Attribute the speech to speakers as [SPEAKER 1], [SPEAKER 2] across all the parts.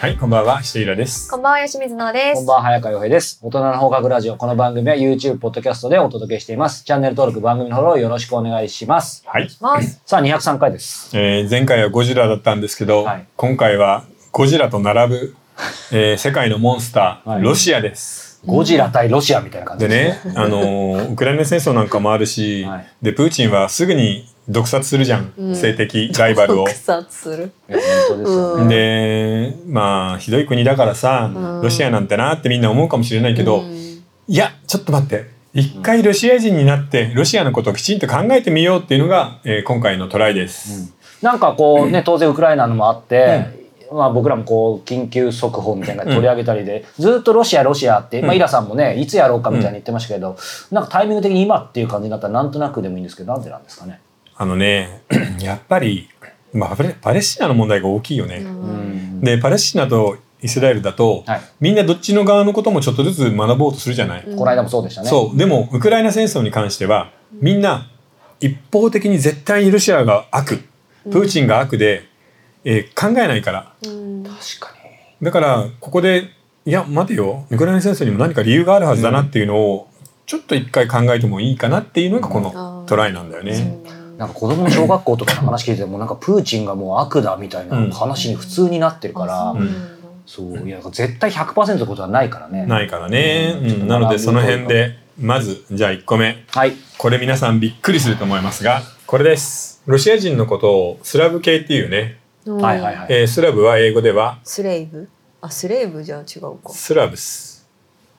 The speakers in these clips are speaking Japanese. [SPEAKER 1] はい、こんばんは、ひといろです。
[SPEAKER 2] こんばんは、吉水のです。
[SPEAKER 3] こんばんは、早川洋平です。大人の放課後ラジオ。この番組は YouTube、ポッドキャストでお届けしています。チャンネル登録、番組のフォローよろしくお願いします。
[SPEAKER 1] はい、
[SPEAKER 2] ます。
[SPEAKER 3] さあ、203回です。
[SPEAKER 1] えー前回はゴジラだったんですけど、
[SPEAKER 3] はい
[SPEAKER 1] 今回はゴジラと並ぶ、えー世界のモンスター、
[SPEAKER 3] はい
[SPEAKER 1] ロシアです。
[SPEAKER 3] ゴジラ対ロシアみたいな感じ
[SPEAKER 1] で ね、あのーウクライナ戦争なんかもあるし、
[SPEAKER 3] はい
[SPEAKER 1] でプーチンはすぐに毒殺するじゃん、
[SPEAKER 2] うん
[SPEAKER 1] 性的ライバルを
[SPEAKER 2] 特。撮する。
[SPEAKER 3] いや本当ですよ
[SPEAKER 2] うん
[SPEAKER 3] ね。
[SPEAKER 1] でまあひどい国だからさ、
[SPEAKER 2] うん
[SPEAKER 1] ロシアなんてなってみんな思うかもしれないけど、
[SPEAKER 2] うん
[SPEAKER 1] いやちょっと待って一回ロシア人になってロシアのことをきちんと考えてみようっていうのが、えー今回のトライです。
[SPEAKER 3] なんかこうね、当然ウクライナのもあって、まあ僕らもこう、緊急速報みたいなの取り上げたりで、ずっとロシア、ロシアって、まあイラさんもね、いつやろうかみたいに言ってましたけど、なんかタイミング的に今っていう感じになったらなんとなくでもいいんですけど、なんでなんですかね。
[SPEAKER 1] あのね やっぱり、まあ、パレパレスチナの問題が大きいよね。
[SPEAKER 3] うん
[SPEAKER 1] でパレスチナとイスラエルだと、
[SPEAKER 3] はい
[SPEAKER 1] みんなどっちの側のこともちょっとずつ学ぼうとするじゃない。
[SPEAKER 2] うん
[SPEAKER 3] この間もそうでしたね。
[SPEAKER 1] そうでもウクライナ戦争に関してはみんな一方的に絶対にロシアが悪プーチンが悪で、えー考えないから
[SPEAKER 2] うん
[SPEAKER 3] 確かに。
[SPEAKER 1] だからここでいや待てよウクライナ戦争にも何か理由があるはずだなっていうのを、ちょっと一回考えてもいいかなっていうのがこ
[SPEAKER 2] う
[SPEAKER 1] の
[SPEAKER 2] ん
[SPEAKER 1] トライなんだよね。
[SPEAKER 3] なんか子供の小学校とかの話聞いててもなんかプーチンがもう悪だみたいな話に普通になってるから、
[SPEAKER 2] あそうなんだ
[SPEAKER 3] そういや絶対100%ってことはないからね。
[SPEAKER 1] ないからね、
[SPEAKER 3] うん
[SPEAKER 1] うんなのでその辺でまずじゃあ1個目
[SPEAKER 3] はい。
[SPEAKER 1] これ皆さんびっくりすると思いますがこれですロシア人のことをスラブ系っていうね、
[SPEAKER 2] うん
[SPEAKER 3] はいはいはい。
[SPEAKER 1] えースラブは英語では
[SPEAKER 2] スレイブあ、スレイブじゃ違うか。
[SPEAKER 1] スラブス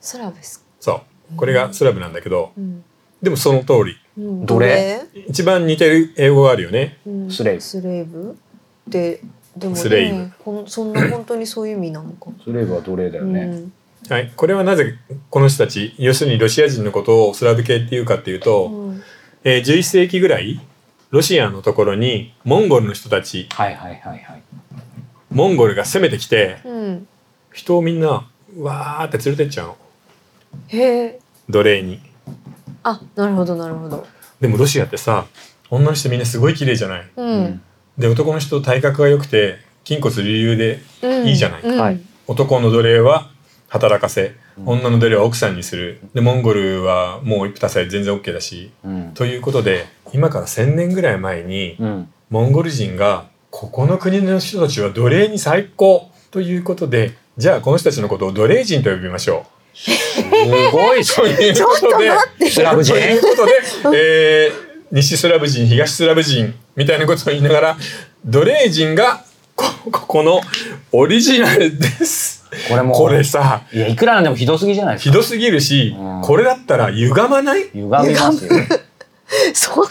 [SPEAKER 2] スラブス。
[SPEAKER 1] そうこれがスラブなんだけど
[SPEAKER 2] うん
[SPEAKER 1] でもその通り
[SPEAKER 2] うん
[SPEAKER 3] 奴隷
[SPEAKER 1] 一番似てる英語があるよね
[SPEAKER 2] 奴隷うん
[SPEAKER 3] スレイブ
[SPEAKER 2] スレイブで、でも
[SPEAKER 1] スレイブ
[SPEAKER 2] ね、こんそんな本当にそういう意味なのか。
[SPEAKER 3] スレーブは奴隷だよ
[SPEAKER 2] う
[SPEAKER 3] ね。
[SPEAKER 2] ん
[SPEAKER 1] はいこれはなぜこの人たち要するにロシア人のことをスラブ系っていうかっていうと、
[SPEAKER 2] うん
[SPEAKER 1] えー11世紀ぐらいロシアのところにモンゴルの人たち
[SPEAKER 3] はいはいはいはい。
[SPEAKER 1] モンゴルが攻めてきて
[SPEAKER 2] うん。
[SPEAKER 1] 人をみんなわーって連れてっちゃうの
[SPEAKER 2] へえ。
[SPEAKER 1] 奴隷に
[SPEAKER 2] あ、なるほどなるほど。
[SPEAKER 1] でもロシアってさ女の人みんなすごい綺麗じゃない
[SPEAKER 2] うん。
[SPEAKER 1] で男の人体格が良くて筋骨隆々で
[SPEAKER 2] うん
[SPEAKER 1] いいじゃない
[SPEAKER 2] うん
[SPEAKER 3] はい
[SPEAKER 1] 男の奴隷は働かせ
[SPEAKER 3] うん
[SPEAKER 1] 女の奴隷は奥さんにするでモンゴルはもう一夫多妻全然 OK だし
[SPEAKER 3] うん。
[SPEAKER 1] ということで今から1,000年ぐらい前に
[SPEAKER 3] うん。
[SPEAKER 1] モンゴル人がここの国の人たちは奴隷に最高ということでじゃあこの人たちのことを奴隷人と呼びましょ
[SPEAKER 3] すごいっ す
[SPEAKER 1] う。ということで
[SPEAKER 3] スラブ人
[SPEAKER 1] と。いうことで、えー西スラブ人東スラブ人みたいなことを言いながら奴隷人がこここのオリジナルです。
[SPEAKER 3] これも。
[SPEAKER 1] これさ
[SPEAKER 3] いやいくらなんでもひどすぎじゃないです
[SPEAKER 1] ひ
[SPEAKER 3] か。
[SPEAKER 1] どすぎるし
[SPEAKER 3] うん
[SPEAKER 1] これだったら歪まない
[SPEAKER 3] 歪みますよ。
[SPEAKER 2] そんな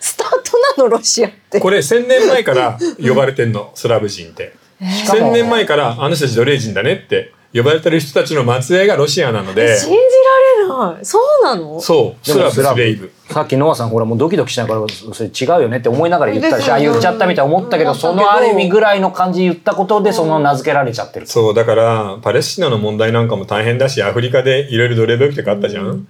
[SPEAKER 2] スタートなのロシアっ て。
[SPEAKER 1] これ1,000年前から呼ばれてんのスラブ人って。
[SPEAKER 2] え
[SPEAKER 3] かも
[SPEAKER 1] 1,000年前からあの人たち奴隷人だねって呼ばれてる人たちの末裔がロシアなので
[SPEAKER 2] 信じられない。そうなの？
[SPEAKER 1] そう
[SPEAKER 3] で
[SPEAKER 1] スラ
[SPEAKER 3] も
[SPEAKER 1] ブスレイブ。
[SPEAKER 3] さっきノアさんほらもうドキドキしながらそれ違うよねって思いながら言ったでしょあ
[SPEAKER 2] ですよ
[SPEAKER 3] 言っちゃったみたいに思ったけど
[SPEAKER 2] うん
[SPEAKER 3] そのある意味ぐらいの感じ言ったことでその名付けられちゃってる
[SPEAKER 1] そうだからパレスチナの問題なんかも大変だしアフリカでいろいろ奴隷病気とかあったじゃん、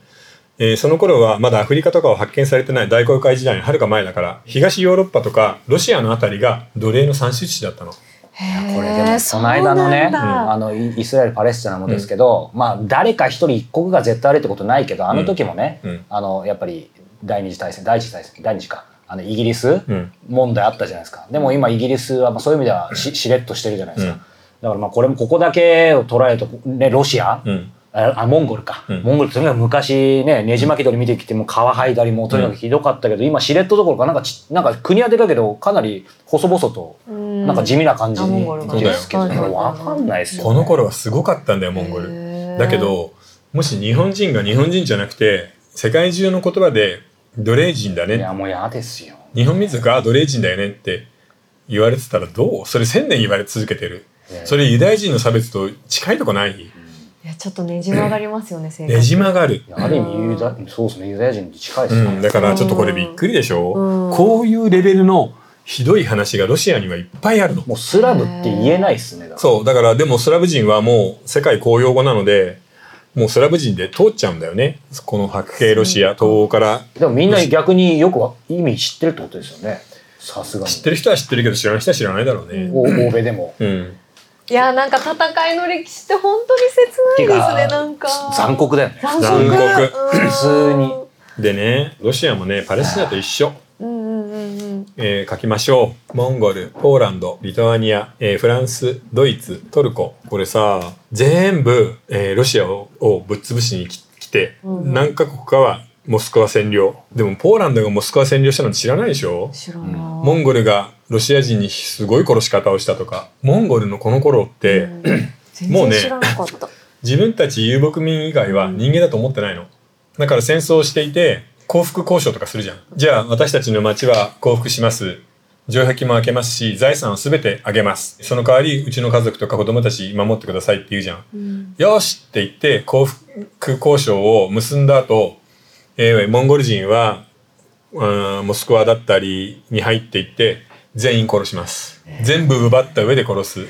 [SPEAKER 1] えーその頃はまだアフリカとかは発見されてない大航海時代のはるか前だから東ヨーロッパとかロシアのあたりが奴隷の産出地だったの
[SPEAKER 2] へー
[SPEAKER 3] これでもこの間のね、
[SPEAKER 2] そうなんだ
[SPEAKER 3] あのイイスラエル・パレスチナもですけど、まあ誰か一人一国が絶対あるってことないけどあの時もね、
[SPEAKER 1] うんうん
[SPEAKER 3] あのやっぱり第二次大戦第一次大戦第二次かあのイギリス
[SPEAKER 1] うん
[SPEAKER 3] 問題あったじゃないですかでも今イギリスはまあそういう意味ではししれっとしてるじゃないですか、
[SPEAKER 1] うん
[SPEAKER 3] だからまあこれもここだけを捉えると、ね、ロシア、
[SPEAKER 1] うん
[SPEAKER 3] ああモンゴルか、
[SPEAKER 1] うん
[SPEAKER 3] モンゴルってとにかく昔ねねじ巻き鳥見てきてもう皮剥いだりもうとにかくひどかったけど、今しれっとどころかなんかちなんか国はでかいけどかなり細々と
[SPEAKER 2] うん
[SPEAKER 3] なんか地味な感じ
[SPEAKER 2] あモン
[SPEAKER 3] に
[SPEAKER 2] ゴルが
[SPEAKER 1] ね
[SPEAKER 3] ですけど、
[SPEAKER 2] そうだよ
[SPEAKER 3] わかんないですよ、ね。
[SPEAKER 1] この頃はすごかったんだよモンゴル
[SPEAKER 2] へー
[SPEAKER 1] だけどもし日本人が日本人じゃなくて世界中の言葉で奴隷人だ
[SPEAKER 3] い
[SPEAKER 1] ね
[SPEAKER 3] やもうやですよ。
[SPEAKER 1] 日本民族が奴隷人だよねって言われてたらどうそれ千年言われ続けてる
[SPEAKER 3] ね
[SPEAKER 1] それユダヤ人の差別と近いとこない
[SPEAKER 2] いやちょっとねじ曲がりますよね生活
[SPEAKER 1] ねじ曲がる
[SPEAKER 3] いやある意味ユダそうですねユダヤ人と近いで
[SPEAKER 1] う
[SPEAKER 3] すね。
[SPEAKER 1] ん、だからちょっとこれびっくりでしょ、
[SPEAKER 2] うん
[SPEAKER 1] こういうレベルのひどい話がロシアにはいっぱいあるの。
[SPEAKER 3] もうスラブって言えないですね。だから
[SPEAKER 1] そう、だからでもスラブ人はもう世界公用語なので、もうスラブ人で通っちゃうんだよね。この白系ロシア、東欧から。
[SPEAKER 3] でもみんな逆によくわ意味知ってるってことですよね。さすがに
[SPEAKER 1] 知ってる人は知ってるけど知らない人は知らないだろうね。
[SPEAKER 3] お欧米でも。
[SPEAKER 1] うん。
[SPEAKER 2] いやなんか戦いの歴史って本当に切ないですねなんか
[SPEAKER 3] 残酷だよね。
[SPEAKER 2] 残酷
[SPEAKER 1] 残酷
[SPEAKER 2] うん
[SPEAKER 3] 普通に
[SPEAKER 1] でねロシアもねパレスチナと一緒、
[SPEAKER 2] うんうんうんうん
[SPEAKER 1] えー書きましょうモンゴルポーランドリトアニア、えーフランスドイツトルコこれさ全部、えーロシアををぶっ潰しにき来て、
[SPEAKER 2] うん
[SPEAKER 1] 何カ国かはモスクワ占領でもポーランドがモスクワ占領したの知らないでしょ
[SPEAKER 2] 知ら
[SPEAKER 3] うん
[SPEAKER 1] モ
[SPEAKER 2] な
[SPEAKER 1] ンゴルがロシア人にすごい殺し方をしたとかモンゴルのこの頃っ
[SPEAKER 2] い
[SPEAKER 1] て、
[SPEAKER 2] うん全
[SPEAKER 1] もう
[SPEAKER 2] 然
[SPEAKER 1] ね
[SPEAKER 2] 知らなかった
[SPEAKER 1] 自分たち遊牧民以外は人間だと思ってないのだから戦争をしていて降伏交渉とかするじゃんじゃあ私たちの町は降伏します城壁も開けますし財産を全てあげますその代わりうちの家族とか子供たち守ってくださいって言うじゃん
[SPEAKER 2] うん
[SPEAKER 1] よしって言って降伏交渉を結んだ後、えーモンゴル人はうんモスクワだったりに入っていって全員殺します全部奪った上で殺す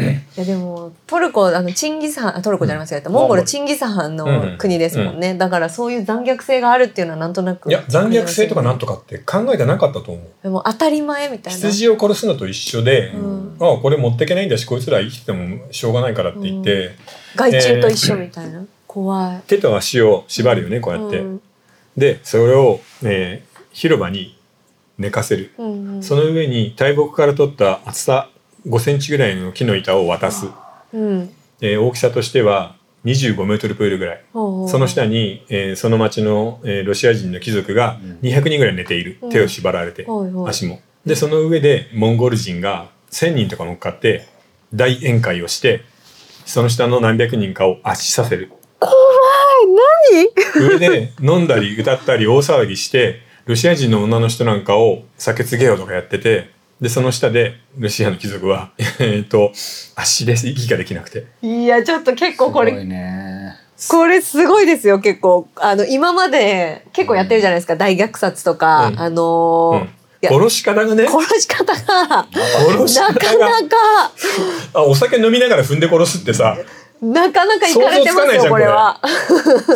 [SPEAKER 2] いやでもトルコあのチンギス・ハンあトルコじゃありませんモンゴルチンギス・ハン
[SPEAKER 1] う
[SPEAKER 2] の
[SPEAKER 1] ん
[SPEAKER 2] 国ですもんね、だからそういう残虐性があるっていうのはなんとなく
[SPEAKER 1] いや残虐性とかなん
[SPEAKER 2] と
[SPEAKER 1] とかって考えてなかったと思う
[SPEAKER 2] でも当たり前みたいな
[SPEAKER 1] 羊を殺すのと一緒で、
[SPEAKER 2] うん
[SPEAKER 1] あこれ持ってけないんだしこいつら生きててもしょうがないからって言って、
[SPEAKER 2] 害虫と一緒みたいな、怖い
[SPEAKER 1] 手と足を縛るよねこうやって、
[SPEAKER 2] うん
[SPEAKER 1] でそれを、えー広場に寝かせる、
[SPEAKER 2] うんうん
[SPEAKER 1] その上に大木から取った厚さ5センチぐらいの木の板を渡す、
[SPEAKER 2] うん
[SPEAKER 1] えー大きさとしては25メートルプールぐらい
[SPEAKER 2] ほうほう
[SPEAKER 1] その下に、えーその町の、えーロシア人の貴族が
[SPEAKER 3] うん
[SPEAKER 1] 200人ぐらい寝ている、
[SPEAKER 2] うん
[SPEAKER 1] 手を縛られて、
[SPEAKER 2] ほいほい
[SPEAKER 1] 足も。でその上でモンゴル人が1,000人とか乗っかって大宴会をしてその下の何百人かを圧死させる。怖い何上で飲んだり歌ったり大騒ぎしてロシア人の女の人なんかを酒つげようとかやっててでその下でロシアの貴族はえっと圧死です息ができなくて。
[SPEAKER 2] いやちょっと結構こ
[SPEAKER 3] すご
[SPEAKER 2] れ
[SPEAKER 3] いね。
[SPEAKER 2] これすごいですよ結構あの今まで結構やってるじゃないですか、大虐殺とか、
[SPEAKER 1] うん
[SPEAKER 2] あ
[SPEAKER 1] う
[SPEAKER 2] の
[SPEAKER 1] ん
[SPEAKER 2] ーいや
[SPEAKER 1] 殺し方がね
[SPEAKER 2] 殺し方が
[SPEAKER 1] 殺し
[SPEAKER 2] なか
[SPEAKER 1] 方が
[SPEAKER 2] なか
[SPEAKER 1] あお酒飲みながら踏んで殺すってさ
[SPEAKER 2] なかなかいかれてま
[SPEAKER 1] 想像つか
[SPEAKER 2] す
[SPEAKER 1] ない
[SPEAKER 2] よ
[SPEAKER 1] じゃん
[SPEAKER 2] これは。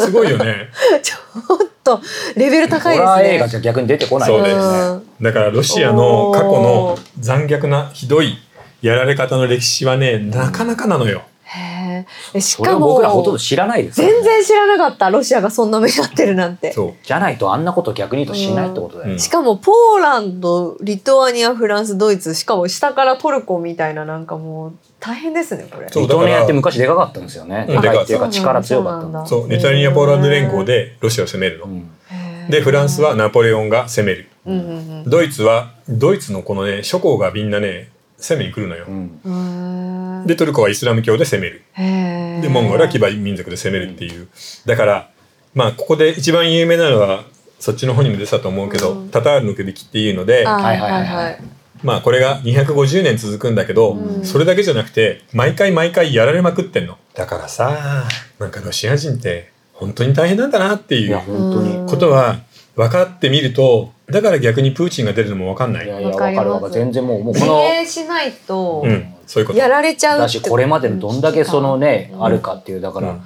[SPEAKER 1] すごいよね。
[SPEAKER 2] ちょっとレベル
[SPEAKER 3] ホ
[SPEAKER 2] 高い
[SPEAKER 3] ラー映
[SPEAKER 2] で
[SPEAKER 3] 画
[SPEAKER 2] す
[SPEAKER 3] じ
[SPEAKER 2] ね。
[SPEAKER 3] ゃ逆に出てこない
[SPEAKER 1] そう
[SPEAKER 3] よ
[SPEAKER 1] で
[SPEAKER 3] ね。
[SPEAKER 1] すねだからロシアの過去の残虐なひどいやられ方の歴史はねなかなかなのよ。
[SPEAKER 2] へええし
[SPEAKER 3] それ
[SPEAKER 2] か
[SPEAKER 3] を僕らほとん
[SPEAKER 2] も
[SPEAKER 3] ど知らないですからね
[SPEAKER 2] 全然知らなかったロシアがそんな目になってるなんて。
[SPEAKER 1] そ
[SPEAKER 3] じゃないとあんなこと逆に言うとしないってことだよね
[SPEAKER 1] うん
[SPEAKER 2] しかもポーランドリトアニアフランスドイツしかも下からトルコみたいななんかもう大変ですねこれ。
[SPEAKER 1] そう
[SPEAKER 3] リ
[SPEAKER 1] だから
[SPEAKER 3] トアニアって昔でかかったんですよね。
[SPEAKER 1] うん
[SPEAKER 3] でかいっていうか
[SPEAKER 2] でかかった
[SPEAKER 3] 力強かったんだ
[SPEAKER 1] うそうリトアニア・ポーランド連合でロシアを攻める
[SPEAKER 3] う
[SPEAKER 1] の。
[SPEAKER 3] ん
[SPEAKER 2] へえ
[SPEAKER 1] でフランスはナポレオンが攻める。
[SPEAKER 2] うんうん
[SPEAKER 1] ドイツはドイツのこのね諸侯がみんなね攻めに来るのよ
[SPEAKER 3] う。ん
[SPEAKER 2] うん。
[SPEAKER 1] でトルコはイスラム教で攻める。
[SPEAKER 2] へえ
[SPEAKER 1] でモンゴルは騎馬民族で攻めるっていう。だからまあここで一番有名なのはそっちの方にも出てたと思うけど、
[SPEAKER 2] うん
[SPEAKER 1] タタールの首切っていうので。
[SPEAKER 2] あ
[SPEAKER 3] は
[SPEAKER 2] はいい
[SPEAKER 3] は
[SPEAKER 2] はいい
[SPEAKER 3] は
[SPEAKER 2] はいい
[SPEAKER 1] まあこれが250年続くんだけど、
[SPEAKER 2] うん
[SPEAKER 1] それだけじゃなくて毎回毎回やられまくってんのだからさなんかロシア人って本当に大変なんだなって
[SPEAKER 3] い
[SPEAKER 1] い
[SPEAKER 3] や
[SPEAKER 1] う
[SPEAKER 3] 本当に。
[SPEAKER 2] うん
[SPEAKER 1] ことは分かってみるとだから逆にプーチンが出るのも分かんない
[SPEAKER 3] いやいや
[SPEAKER 2] わ
[SPEAKER 3] わ
[SPEAKER 2] かり
[SPEAKER 3] か
[SPEAKER 2] ます
[SPEAKER 3] るわかる全然もうもうこ
[SPEAKER 2] 自
[SPEAKER 3] の
[SPEAKER 2] 衛しないと
[SPEAKER 1] うんそういうこと
[SPEAKER 2] やられちゃう
[SPEAKER 3] だ
[SPEAKER 2] って
[SPEAKER 3] しこれまでのどんだけそのねあるかっていうだか
[SPEAKER 1] う
[SPEAKER 3] ら
[SPEAKER 1] ん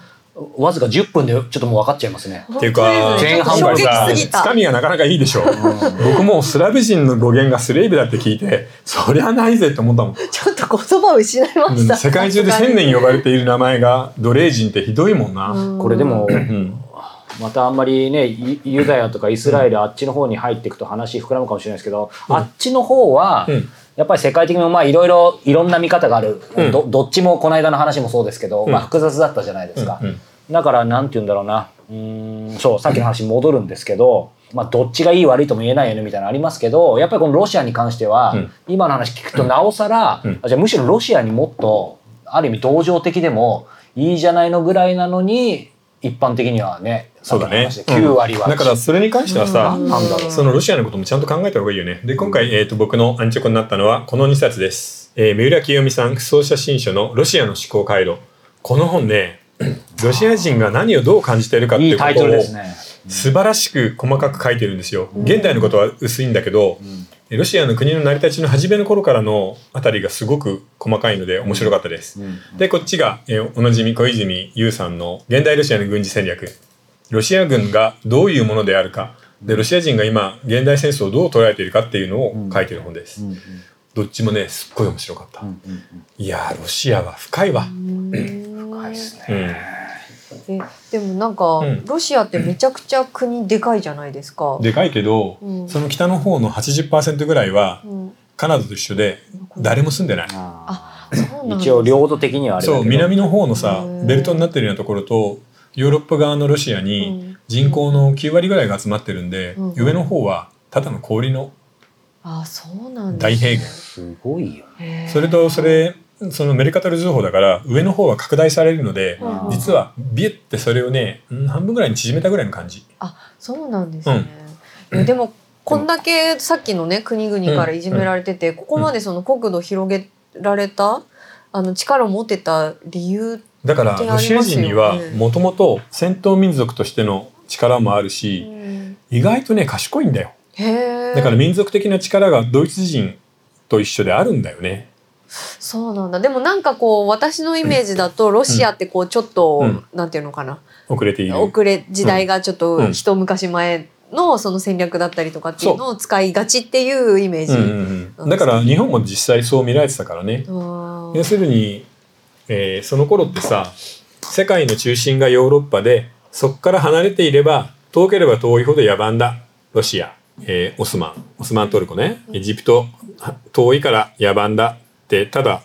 [SPEAKER 3] わずか10分でちょっともう分かっちゃいますね。
[SPEAKER 1] っていうか
[SPEAKER 3] 前半
[SPEAKER 2] は
[SPEAKER 3] は
[SPEAKER 2] 衝
[SPEAKER 1] さ
[SPEAKER 2] 撃すぎ
[SPEAKER 1] つ
[SPEAKER 2] た
[SPEAKER 1] かみがなかなかいいでしょ僕もうスラブ人の語源がスレイブだって聞いてそりゃないぜって思ったもん
[SPEAKER 2] ちょっと言葉を失いま
[SPEAKER 1] うん
[SPEAKER 2] した。
[SPEAKER 1] 世界中で1,000年呼ばれている名前が奴隷人ってひどいもんな、
[SPEAKER 2] うん
[SPEAKER 3] これでも
[SPEAKER 1] うん
[SPEAKER 3] またあんまりねユユダヤとかイスラエルあっちの方に入っていくと話膨らむかもしれないですけど、あっちの方は、
[SPEAKER 1] うん
[SPEAKER 3] やっぱり世界的にもまあいろいろいろんな見方がある、
[SPEAKER 1] うん
[SPEAKER 3] どどっちもこの間の話もそうですけど、
[SPEAKER 1] うん
[SPEAKER 3] まあ、複雑だったじゃないですか、
[SPEAKER 1] うんうん
[SPEAKER 3] だからなんて言うんだろうなうーんそうさっきの話に戻るんですけど、まあ、どっちがいい悪いとも言えないよねみたいなのありますけどやっぱりこのロシアに関しては、
[SPEAKER 1] うん
[SPEAKER 3] 今の話聞くとなおさら、
[SPEAKER 1] うん
[SPEAKER 3] あじゃあむしろロシアにもっとある意味同情的でもいいじゃないのぐらいなのに一般的にはね
[SPEAKER 1] そうだね
[SPEAKER 3] さっきの話で9割は、
[SPEAKER 1] だからそれに関してはさ、
[SPEAKER 3] なんだろう
[SPEAKER 1] そのロシアのこともちゃんと考えた方がいいよね。で、今回、えー、と僕のアンチョコになったのはこの2冊です。えー三浦清美さん、創写新書のロシアの思考回路。この本ね、ロシア人が何をどう感じているかって
[SPEAKER 3] い
[SPEAKER 1] い
[SPEAKER 3] いう
[SPEAKER 1] こ
[SPEAKER 3] タイ
[SPEAKER 1] と
[SPEAKER 3] トル
[SPEAKER 1] を
[SPEAKER 3] ですね。
[SPEAKER 1] 素晴らしく細かく書いてるんですよ。現代のことは薄いんだけど、ロシアの国の成り立ちの初めの頃からのあたりがすごく細かいので面白かったです。で、こっちが、えーおなじみ小泉優さんの現代ロシアの軍事戦略。ロシア軍がどういうものであるか。で、ロシア人が今、現代戦争をどう捉えているかっていうのを書いてる本です。どっちもねすっごい面白かった、
[SPEAKER 3] うんうん
[SPEAKER 1] いやーロシアは深いわ、
[SPEAKER 3] うん
[SPEAKER 2] 深
[SPEAKER 3] 深いですね。
[SPEAKER 1] うん
[SPEAKER 2] えでもなんか、
[SPEAKER 1] うん
[SPEAKER 2] ロシアってめちゃくちゃ国でかいじゃないですか。
[SPEAKER 1] でかいけど、
[SPEAKER 2] うん
[SPEAKER 1] その北の方の80%ぐらいは
[SPEAKER 2] うん、
[SPEAKER 1] カナダと一緒で誰も住んでない、
[SPEAKER 3] あ
[SPEAKER 2] そう
[SPEAKER 3] ー
[SPEAKER 2] なんです
[SPEAKER 3] 一応領土的にはあれだけ
[SPEAKER 1] そ
[SPEAKER 3] ど
[SPEAKER 1] う南の方のさ
[SPEAKER 2] へー
[SPEAKER 1] ベルトになってるようなところとヨーロッパ側のロシア
[SPEAKER 2] う
[SPEAKER 1] に
[SPEAKER 2] ん
[SPEAKER 1] 人口の9割ぐらいが集まってるんで、
[SPEAKER 2] うん
[SPEAKER 1] 上の方はただの氷の
[SPEAKER 2] あそうなんです、
[SPEAKER 1] 大平原、
[SPEAKER 3] すごいよね。
[SPEAKER 2] へー
[SPEAKER 1] それとそれそのメリカタル情報だから上の方は拡大されるので、
[SPEAKER 2] うんうん
[SPEAKER 1] 実はビュッてそれをねうん半分ぐらいに縮めたぐらいの感じ
[SPEAKER 2] そうなんですね。いやでもこんだけさっきのね国々からいじめられてて、ここまでその国土広げられたあの力を持てた理由、
[SPEAKER 1] だから
[SPEAKER 2] 本当にあり
[SPEAKER 1] ロ
[SPEAKER 2] ます
[SPEAKER 1] シ
[SPEAKER 2] よね
[SPEAKER 1] ア人にはもともと戦闘民族としての力もある
[SPEAKER 2] う
[SPEAKER 1] し、
[SPEAKER 2] ん、
[SPEAKER 1] 意外とね賢いんだよ
[SPEAKER 2] へえ
[SPEAKER 1] だから民族的な力がドイツ人と一緒であるんだよね
[SPEAKER 2] そうなんだでもなんかこう私のイメージだとロシアってこうちょっと、
[SPEAKER 1] うん
[SPEAKER 2] なんていうのかな
[SPEAKER 1] 遅れている
[SPEAKER 2] 遅れ時代がちょっ
[SPEAKER 1] う
[SPEAKER 2] と
[SPEAKER 1] ん
[SPEAKER 2] 一昔前のその戦略だったりとかっていうのを使いがちっていうイメージ。
[SPEAKER 1] うんうんうん、だから日本も実際そう見られてたからね
[SPEAKER 2] あー
[SPEAKER 1] 要するに、えーその頃ってさ世界の中心がヨーロッパでそこから離れていれば遠ければ遠いほど野蛮だロシア、えーオスマンオスマントルコねエジプトは遠いから野蛮だってただ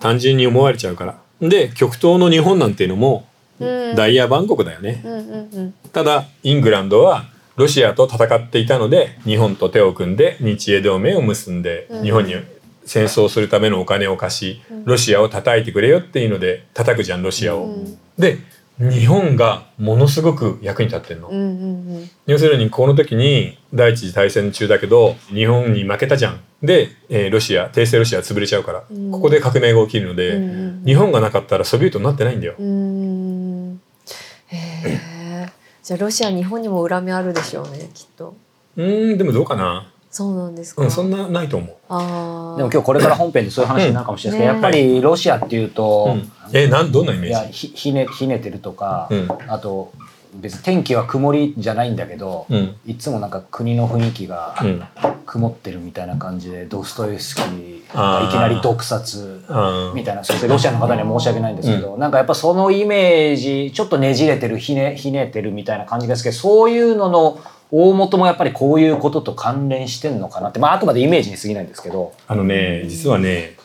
[SPEAKER 1] 単純に思われちゃうからで極東の日本なんていうのも
[SPEAKER 2] うん
[SPEAKER 1] 大野蛮国だよね
[SPEAKER 2] うんうんうん
[SPEAKER 1] ただイングランドはロシアと戦っていたので日本と手を組んで日英同盟を結んで
[SPEAKER 2] うん
[SPEAKER 1] 日本に戦争するためのお金を貸し
[SPEAKER 2] うん
[SPEAKER 1] ロシアを叩いてくれよっていうので叩くじゃんロシア
[SPEAKER 2] う
[SPEAKER 1] を。
[SPEAKER 2] ん
[SPEAKER 1] で日本がものすごく役に立ってんの。
[SPEAKER 2] うんうんうん
[SPEAKER 1] 要するにこの時に第一次大戦中だけど日本に負けたじゃん。で、えーロシア帝政ロシア潰れちゃうから
[SPEAKER 2] うん
[SPEAKER 1] ここで革命が起きるので
[SPEAKER 2] うん
[SPEAKER 1] 日本がなかったらソビエトになってないんだよ。
[SPEAKER 2] うんうーんへえじゃあロシア日本にも恨みあるでしょうねきっと
[SPEAKER 1] うーんでもどうかな。
[SPEAKER 2] そうなんですか、
[SPEAKER 1] うんそんなないと思う。
[SPEAKER 2] あー
[SPEAKER 3] でも今日これから本編でそういう話になるかもしれないですけ
[SPEAKER 2] うん
[SPEAKER 3] ど、やっぱりロシアっていう
[SPEAKER 1] う
[SPEAKER 3] と、
[SPEAKER 1] ん、えなんどんなイメ
[SPEAKER 3] いや
[SPEAKER 1] ージ？
[SPEAKER 3] ひひねひねてるとか、
[SPEAKER 1] うん
[SPEAKER 3] あと別に天気は曇りじゃないんだけど、
[SPEAKER 1] うん
[SPEAKER 3] いつもなんか国の雰囲気が
[SPEAKER 1] うん、
[SPEAKER 3] 曇ってるみたいな感じでドストエフスキーがいきなり毒殺
[SPEAKER 1] あ
[SPEAKER 3] みたいなそしてロシアの方には申し訳ないんですけど、なんかやっぱそのイメージちょっとねじれてるひねひねてるみたいな感じですけどそういうのの大元もやっぱりこういうことと関連してんのかなって、まあ、あくまでイメージに過ぎないんですけど
[SPEAKER 1] あのね実はね、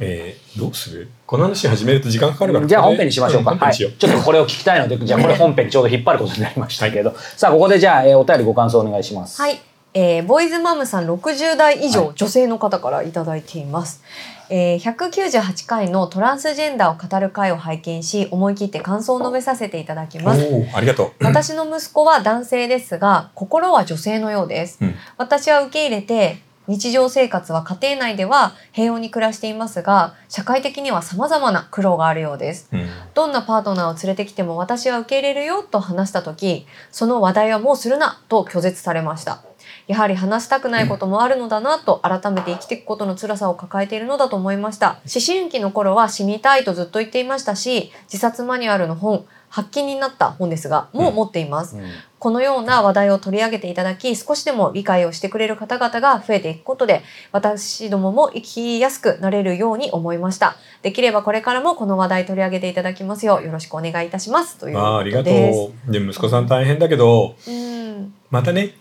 [SPEAKER 1] えー、どうするこの話始めると時間かかるから
[SPEAKER 3] じゃあ本編にしましょうか、
[SPEAKER 1] ん本編
[SPEAKER 3] は
[SPEAKER 1] に
[SPEAKER 3] い、
[SPEAKER 1] し
[SPEAKER 3] ち
[SPEAKER 1] よ
[SPEAKER 3] ょっとこれを聞きたいのでじゃあこれ本編にちょうど引っ張ることになりましたけど、さあここでじゃあ、えーお便りご感想お願いします。
[SPEAKER 2] はい、えーボーイズマムさん60代以上、女性の方からいただいています、えー198回のトランスジェンダーを語る回を拝見し思い切って感想を述べさせていただき
[SPEAKER 1] う、
[SPEAKER 2] ます
[SPEAKER 1] おーありがとう
[SPEAKER 2] 私の息子は男性ですが心は女性のようです、
[SPEAKER 1] うん
[SPEAKER 2] 私は受け入れて日常生活は家庭内では平穏に暮らしていますが社会的には様々な苦労があるようです
[SPEAKER 1] うん
[SPEAKER 2] どんなパートナーを連れてきても私は受け入れるよと話した時その話題はもうするなと拒絶されましたやはり話したくないこともあるのだなと改めて生きていくことの辛さを抱えているのだと思いました思春期の頃は死にたいとずっと言っていましたし自殺マニュアルの本発禁になった本ですがもう持っています
[SPEAKER 3] うん
[SPEAKER 2] このような話題を取り上げていただき、少しでも理解をしてくれる方々が増えていくことで、私どもも生きやすくなれるように思いました。できればこれからもこの話題取り上げていただきますよう、よろしくお願いいたします。という
[SPEAKER 1] あ
[SPEAKER 2] こ
[SPEAKER 1] ー
[SPEAKER 2] と
[SPEAKER 1] ありが
[SPEAKER 2] です。
[SPEAKER 1] とうで息子さん大変だけど
[SPEAKER 2] うん。
[SPEAKER 1] またね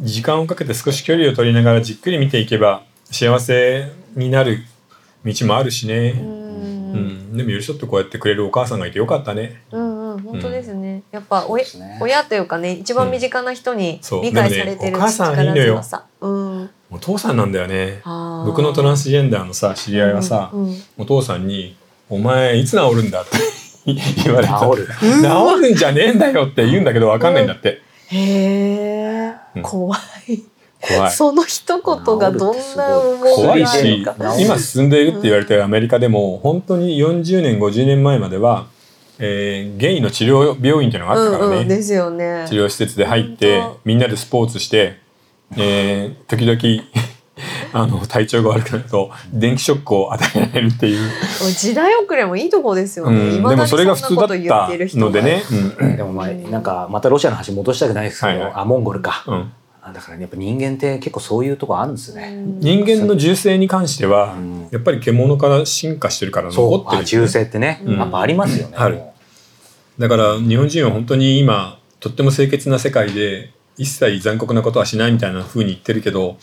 [SPEAKER 1] 時間をかけて少し距離を取りながらじっくり見ていけば幸せになる道もあるし
[SPEAKER 2] う
[SPEAKER 1] ね、うん
[SPEAKER 2] ん。
[SPEAKER 1] でも寄り添ってこうやってくれるお母さんがいてよかったね
[SPEAKER 2] うんうん、本当ですね。やっぱおや
[SPEAKER 3] そうですね
[SPEAKER 2] 親というかね、一番身近な人に
[SPEAKER 1] そう
[SPEAKER 2] 理解され
[SPEAKER 1] で
[SPEAKER 2] て
[SPEAKER 1] も
[SPEAKER 2] る
[SPEAKER 1] ねお母さんいいの
[SPEAKER 2] 力
[SPEAKER 1] よ
[SPEAKER 2] 強さ。うん。
[SPEAKER 1] お父さんなんだよね僕
[SPEAKER 2] 僕
[SPEAKER 1] のトラン
[SPEAKER 2] ス
[SPEAKER 1] スジェンダーのさ知り合いはさ、
[SPEAKER 2] うんうん
[SPEAKER 1] お父さんに「お前いつ治るんだ」って 言われた
[SPEAKER 3] 治る
[SPEAKER 1] 治るんじゃねえんだよって言うんだけど分かんないんだって
[SPEAKER 2] へ
[SPEAKER 1] う
[SPEAKER 2] え、
[SPEAKER 1] ん
[SPEAKER 2] 怖い。
[SPEAKER 1] 怖い
[SPEAKER 2] その一言がどんな重
[SPEAKER 1] 怖
[SPEAKER 2] み
[SPEAKER 1] い
[SPEAKER 2] がある
[SPEAKER 1] し
[SPEAKER 2] のか。
[SPEAKER 3] 怖い
[SPEAKER 1] 今進んでいるって言われてるアメリカでも本当に40年50年前までは、えーゲイの治療病院っていうのがあったからね、
[SPEAKER 2] うんうん、ですよね。
[SPEAKER 1] 治療施設で入って
[SPEAKER 2] 本当
[SPEAKER 1] みんなでスポーツして、えー時々 あの体調が悪くなると電気ショックを与えられるっていう、
[SPEAKER 2] 時代遅れもいいとこですよ
[SPEAKER 1] う
[SPEAKER 2] ね。
[SPEAKER 1] ん、
[SPEAKER 2] 未
[SPEAKER 1] で
[SPEAKER 2] だ
[SPEAKER 1] も
[SPEAKER 2] に
[SPEAKER 1] それが普通だった
[SPEAKER 2] そんなこと言ってる人
[SPEAKER 1] のでね、うん
[SPEAKER 3] でもまあなんかまたロシアの話戻したくないですけど、
[SPEAKER 1] はいはい
[SPEAKER 3] あモンゴルか、
[SPEAKER 1] うん、
[SPEAKER 3] ああだからねやっぱ人間って結構そういうとこあるんですね。
[SPEAKER 1] 人間の銃声に関しては、
[SPEAKER 3] うん
[SPEAKER 1] やっぱり獣から進化してるから残
[SPEAKER 3] そ
[SPEAKER 1] っ
[SPEAKER 3] う
[SPEAKER 1] てるよね、
[SPEAKER 3] あ銃声ってね、
[SPEAKER 2] うん
[SPEAKER 3] やっぱありますよね。
[SPEAKER 1] うんあるだから日本人は本当に今とっても清潔な世界で一切残酷なことはしないみたいな風に言ってるけど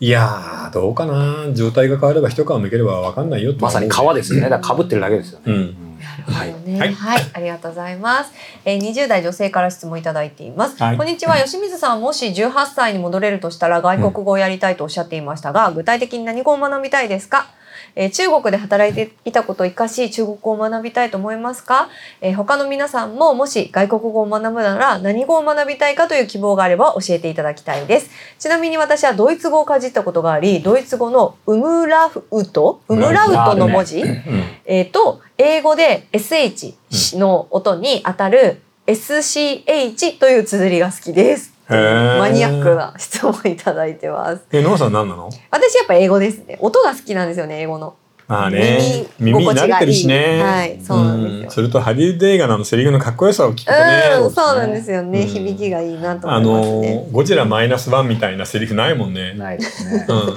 [SPEAKER 1] いやーどうかな状態が変われば一皮むければ分かんないよと
[SPEAKER 3] ま
[SPEAKER 1] は
[SPEAKER 3] さ
[SPEAKER 1] 思う
[SPEAKER 3] に皮ですよね。だから被ってるだけですよね。
[SPEAKER 1] うん
[SPEAKER 3] うんはい。
[SPEAKER 2] ね
[SPEAKER 1] は
[SPEAKER 2] はい、
[SPEAKER 1] い
[SPEAKER 2] ありがとうございます。えー、20代女性から質問いただいています。
[SPEAKER 1] はい
[SPEAKER 2] こんにちは、吉水さん、もし18歳に戻れるとしたら外国語をやりたいとおっしゃっていましたが、具体的に何語を学びたいですかえー中国で働いていたことを生かし、中国語を学びたいと思いますかえー他の皆さんも、もし外国語を学ぶなら何語を学びたいかという希望があれば教えていただきたいです。ちなみに私はドイツ語をかじったことがあり、ドイツ語のウムラフウトウムラウトの文字、えー、と、英語で SH の音に当たる SCH という綴りが好きです。
[SPEAKER 1] へー
[SPEAKER 2] マニアックな質問いただいてます。
[SPEAKER 1] えノアさん何なの
[SPEAKER 2] 私やっぱ英語ですね。音が好きなんですよね、英語の。
[SPEAKER 1] まあね
[SPEAKER 2] 耳
[SPEAKER 1] 耳に慣れてるしね、
[SPEAKER 2] はいそうなんですよ
[SPEAKER 1] んそれとハリウッド映画のあのセリフのかっこよさを聞くと
[SPEAKER 2] う
[SPEAKER 1] ね
[SPEAKER 2] ん、そうなんですよね。
[SPEAKER 1] うん
[SPEAKER 2] 響きがいいなと
[SPEAKER 1] あ
[SPEAKER 2] 思います
[SPEAKER 1] の
[SPEAKER 2] ね。
[SPEAKER 1] ーゴジラマイナスワンみたいなセリフないもんね、
[SPEAKER 3] ないです ね
[SPEAKER 1] う。ん、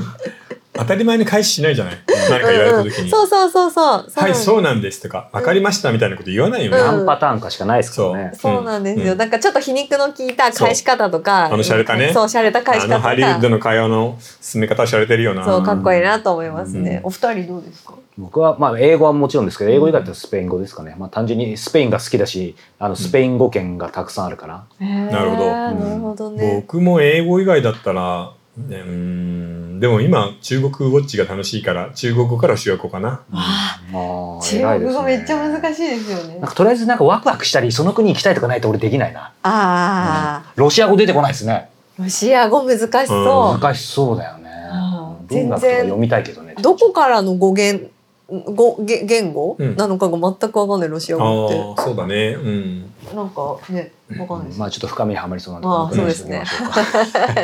[SPEAKER 1] 当たり前に返ししないじゃない何か言われた時
[SPEAKER 2] うんうん
[SPEAKER 1] に
[SPEAKER 2] そうそうそうそう。そうなん
[SPEAKER 1] はい、
[SPEAKER 2] です
[SPEAKER 1] そうなんですとか、わかりましたみたいなこと言わないよね。
[SPEAKER 2] うん
[SPEAKER 3] 何パターンかしかないですからね。
[SPEAKER 2] そうなんですよ、
[SPEAKER 1] うん
[SPEAKER 2] なんかちょっと皮肉の効いた返し方とか
[SPEAKER 1] そうあの洒落たね
[SPEAKER 2] そう洒落た返
[SPEAKER 1] あ
[SPEAKER 2] し方
[SPEAKER 1] の
[SPEAKER 2] とか
[SPEAKER 1] ハリウッドの会話の進め方されてるよな。
[SPEAKER 2] そうかっこいいなと思いますね、
[SPEAKER 1] う
[SPEAKER 2] お二人どうですか
[SPEAKER 3] 僕は、まあ、英語はもちろんですけど、英語以外だったらスペイン語ですかね。まあ、単純にスペインが好きだし、あの、スペイン語圏がたくさんあるから。
[SPEAKER 2] な
[SPEAKER 1] るほど
[SPEAKER 2] なるほどね。
[SPEAKER 1] 僕も英語以外だったら、ねうーん、でも今中国ウォッチが楽しいから、中国語から主役かな。
[SPEAKER 2] あ
[SPEAKER 3] ああ、
[SPEAKER 2] 中
[SPEAKER 3] 偉いで
[SPEAKER 2] 国
[SPEAKER 3] す
[SPEAKER 2] 語
[SPEAKER 3] ね
[SPEAKER 2] めっちゃ難しいですよね
[SPEAKER 3] なん。か、とりあえずなんかワクワクしたり、その国行きたいとかないと俺できないな。
[SPEAKER 2] あ
[SPEAKER 3] ロシア語出てこないですね。
[SPEAKER 2] あ、ロシア語難しそ
[SPEAKER 3] 難しそうだよね
[SPEAKER 2] あー。
[SPEAKER 3] 文学とか読みたいけどね。
[SPEAKER 2] う。どこからの語源、語げ言語
[SPEAKER 1] うん
[SPEAKER 2] なのかが全くわかんないロシア
[SPEAKER 1] ああ
[SPEAKER 2] 語
[SPEAKER 1] ー
[SPEAKER 2] っ、
[SPEAKER 1] そうだね。うん。
[SPEAKER 2] て。なんかね、わかんないです
[SPEAKER 3] ま。あちょっと深みにはまりそうなんで、
[SPEAKER 2] まあ
[SPEAKER 3] このくらいにしておきましょうか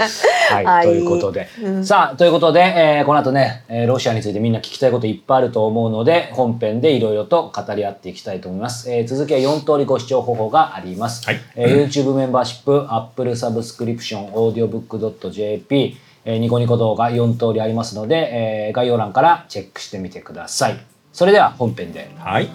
[SPEAKER 3] はい、
[SPEAKER 2] はい
[SPEAKER 3] ということで。
[SPEAKER 2] うん
[SPEAKER 3] さあ、ということで、えーこの後ね、えーロシアについてみんな聞きたいこといっぱいあると思うので、本編でいろいろと語り合っていきたいと思います。えー続きは4通りご視聴方法があります。
[SPEAKER 1] はい
[SPEAKER 3] えー YouTube メンバーシップ、Apple サブスクリプション、audiobook.jp、えーニコニコ動画4通りありますので、えー概要欄からチェックしてみてください。それでは本編で。
[SPEAKER 1] はい。